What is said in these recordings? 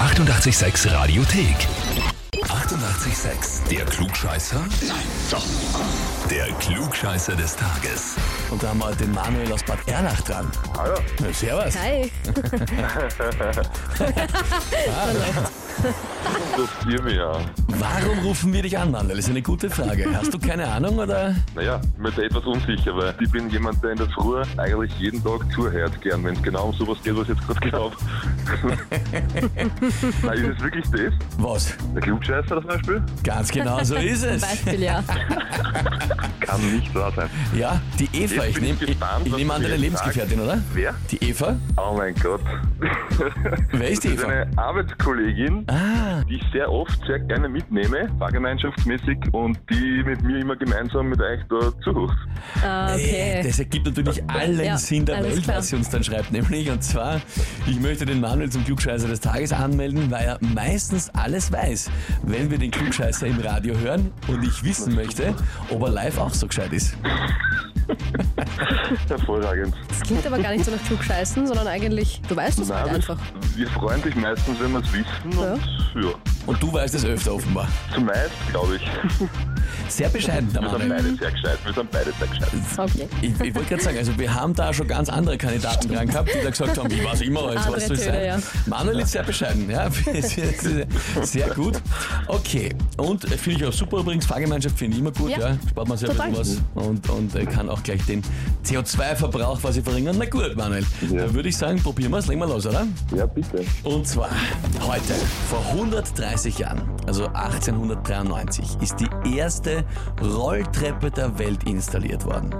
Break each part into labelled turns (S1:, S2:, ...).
S1: 886 Radiothek. 88,6. Der Klugscheißer? Nein, doch. Der Klugscheißer des Tages.
S2: Und da haben wir halt den Manuel aus Bad Erlach dran.
S3: Hallo.
S2: Na, servus.
S4: Hi.
S3: Interessiert mich ja.
S2: Warum rufen wir dich an, Manuel? Das ist eine gute Frage. Hast du keine Ahnung oder?
S3: Naja, mir ist etwas unsicher, weil ich bin jemand, der in der Früh eigentlich jeden Tag zuhört gern, wenn es genau um sowas geht, was ich jetzt gerade glaube. Nein, ist es wirklich das?
S2: Was?
S3: Der Klugscheißer zum Beispiel?
S2: Ganz genau so ist
S4: Zum
S2: es.
S4: Beispiel, ja.
S3: Kann nicht wahr sein.
S2: Ja, die Eva.
S3: Jetzt
S2: Ich
S3: bin ich
S2: nehme ich,
S3: gespannt,
S2: ich
S3: was
S2: nehm an,
S3: du
S2: deine
S3: jetzt
S2: Lebensgefährtin, oder?
S3: Wer?
S2: Die Eva?
S3: Oh mein Gott.
S2: Wer ist die
S3: Das ist
S2: Eva?
S3: eine Arbeitskollegin,
S2: Ah,
S3: die ich sehr oft sehr gerne mitnehme, fahrgemeinschaftsmäßig, und die mit mir immer gemeinsam mit euch da zuhört.
S4: Ah,
S2: äh,
S4: okay.
S2: das ergibt natürlich allen
S4: Ja,
S2: Sinn der
S4: alles
S2: Welt,
S4: klar.
S2: was sie uns dann schreibt. Nämlich, und zwar, ich möchte den Manuel zum Klugscheißer des Tages anmelden, weil er meistens alles weiß, wenn wir den Klugscheißer im Radio hören und ich wissen möchte, ob er live auch so gescheit ist.
S3: Hervorragend.
S4: Das klingt aber gar nicht so nach Klugscheißen, sondern eigentlich, du weißt es halt
S3: Nein,
S4: einfach.
S3: wir, wir freuen sich meistens, wenn wir es wissen.
S4: Ja.
S3: Und ja.
S2: Und du weißt es öfter offenbar.
S3: Zumeist, glaube ich.
S2: Sehr bescheiden, der
S3: Wir sind
S2: Manuel.
S3: beide sehr gescheit. Wir sind beide sehr gescheit.
S4: Okay.
S2: Ich, ich wollte gerade sagen, also wir haben da schon ganz andere Kandidaten dran gehabt, die da gesagt haben, ich weiß immer alles,
S4: Andere
S2: was soll
S4: Töne,
S2: sein.
S4: ja.
S2: Manuel ist sehr bescheiden, ja. Sehr gut. Okay. Und äh, finde ich auch super übrigens, Fahrgemeinschaft finde ich immer gut, ja.
S4: Ja.
S2: Spart man sich ein
S4: Total.
S2: bisschen was und, und äh, kann auch gleich den CO2-Verbrauch quasi verringern. Na gut, Manuel.
S3: Ja.
S2: Dann würde ich sagen, probieren wir es, legen wir los, oder?
S3: Ja, bitte.
S2: Und zwar heute, vor 130 Jahren, also 1893, ist die erste Rolltreppe der Welt installiert worden.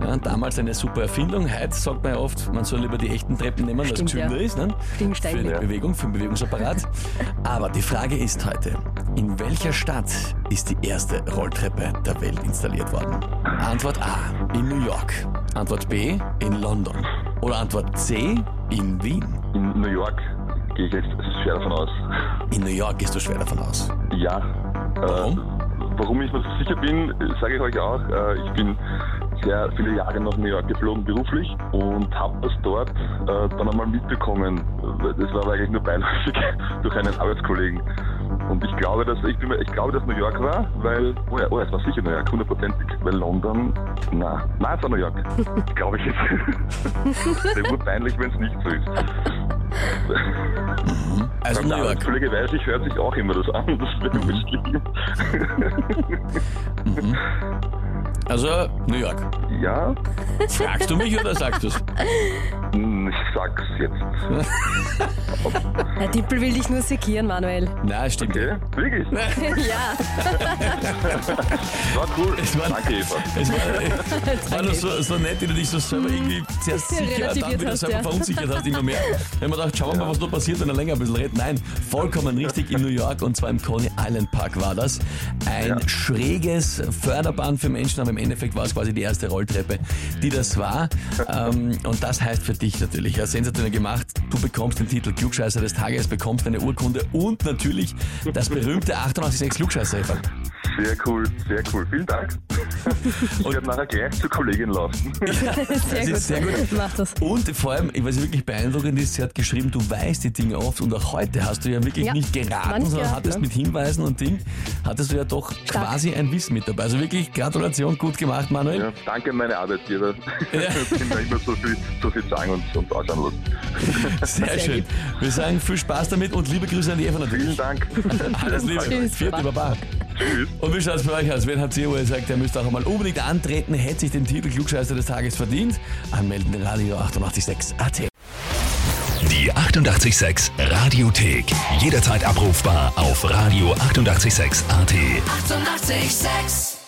S2: Ja, damals eine super Erfindung. Heute sagt man ja oft, man soll lieber die echten Treppen nehmen, weil es
S4: Stimmt, ja.
S2: gesünder ist. Ne? Für
S4: Stinkstein.
S2: die
S4: Ja.
S2: Bewegung, für den Bewegungsapparat. Aber die Frage ist heute, in welcher Stadt ist die erste Rolltreppe der Welt installiert worden? Antwort A, in New York. Antwort B, in London. Oder Antwort C, in Wien.
S3: In New York gehe ich jetzt schwer davon aus.
S2: In New York gehst du schwer davon aus.
S3: Ja.
S2: Warum?
S3: Äh, warum ich mir so sicher bin, sage ich euch auch. Äh, ich bin sehr viele Jahre nach New York geflogen beruflich und habe das dort äh, dann einmal mitbekommen. Das war aber eigentlich nur beiläufig durch einen Arbeitskollegen. Und ich glaube, dass ich, bin, mir- ich glaube, dass New York war, weil oh ja, oh, ja, es war sicher New York, hundertprozentig. Weil London, na, na, es war New York, glaube ich jetzt. Sehr gut peinlich, wenn es nicht so ist.
S2: Also New
S3: Der
S2: York.
S3: Arbeitskollege weiß, ich hört sich auch immer das an. Das wäre mhm. schlimm.
S2: Also New York.
S3: Ja,
S2: Fragst du mich oder sagst du es?
S3: hm, ich sag's jetzt.
S4: Herr Dippel will dich nur sekieren, Manuel.
S2: Na, stimmt.
S3: Okay, wirklich.
S4: ja.
S3: War cool.
S2: Es war-
S3: Danke, Eva.
S2: Es war, war nur so, so nett, wie du dich so selber irgendwie zuerst sicher,
S4: Relativiert
S2: dann wieder
S4: hast,
S2: selber
S4: ja.
S2: verunsichert hast, immer mehr. Wenn man dachte, schauen wir mal, was da passiert, wenn er länger ein bisschen redet. Nein, vollkommen richtig in New York und zwar im Coney Island Park war das. Ein schräges Förderband für Menschen, aber im Endeffekt war es quasi die erste Rolltreppe, die das war. Ähm, und das heißt für dich natürlich, ja, sensationell gemacht. Du bekommst den Titel Klugscheißer des Tages, bekommst eine Urkunde und natürlich das berühmte 886 klugscheißer -Effekt.
S3: Sehr cool, sehr cool. Vielen Dank. Ich
S2: Und-
S3: werde nachher gleich zur Kollegin laufen.
S4: Sehr
S2: Das
S4: gut.
S2: ist sehr gut.
S4: Mach das.
S2: Und vor allem, was wirklich beeindruckend ist, sie hat geschrieben, du weißt die Dinge oft und auch heute hast du ja wirklich
S4: Ja,
S2: nicht geraten,
S4: manchmal,
S2: sondern hattest
S4: ne?
S2: mit Hinweisen und Ding, hattest du ja doch quasi ein Wissen mit dabei. Also wirklich Gratulation, gut gemacht, Manuel.
S3: Ja, danke an meine Arbeitgeber. Ich bin da immer so viel, so viel sagen und, und ausschauen lassen.
S2: Sehr,
S4: Sehr
S2: schön.
S4: lieb.
S2: Wir sagen viel Spaß damit und liebe Grüße an die Eva
S3: Vielen
S2: natürlich.
S3: Dank.
S2: Alles Liebe.
S4: Tschüss,
S2: Vierte
S4: Baba.
S2: Baba.
S3: Tschüss.
S2: Und wie schaut's bei euch aus? Wen habt ihr, wo ihr sagt, der müsste auch einmal unbedingt antreten, hätte sich den Titel Klugscheißer des Tages verdient? Anmelden Radio 886 AT.
S1: Die 88,6 Radiothek. Jederzeit abrufbar auf radio886.at. 88,6.
S5: Eighty-eight, sex.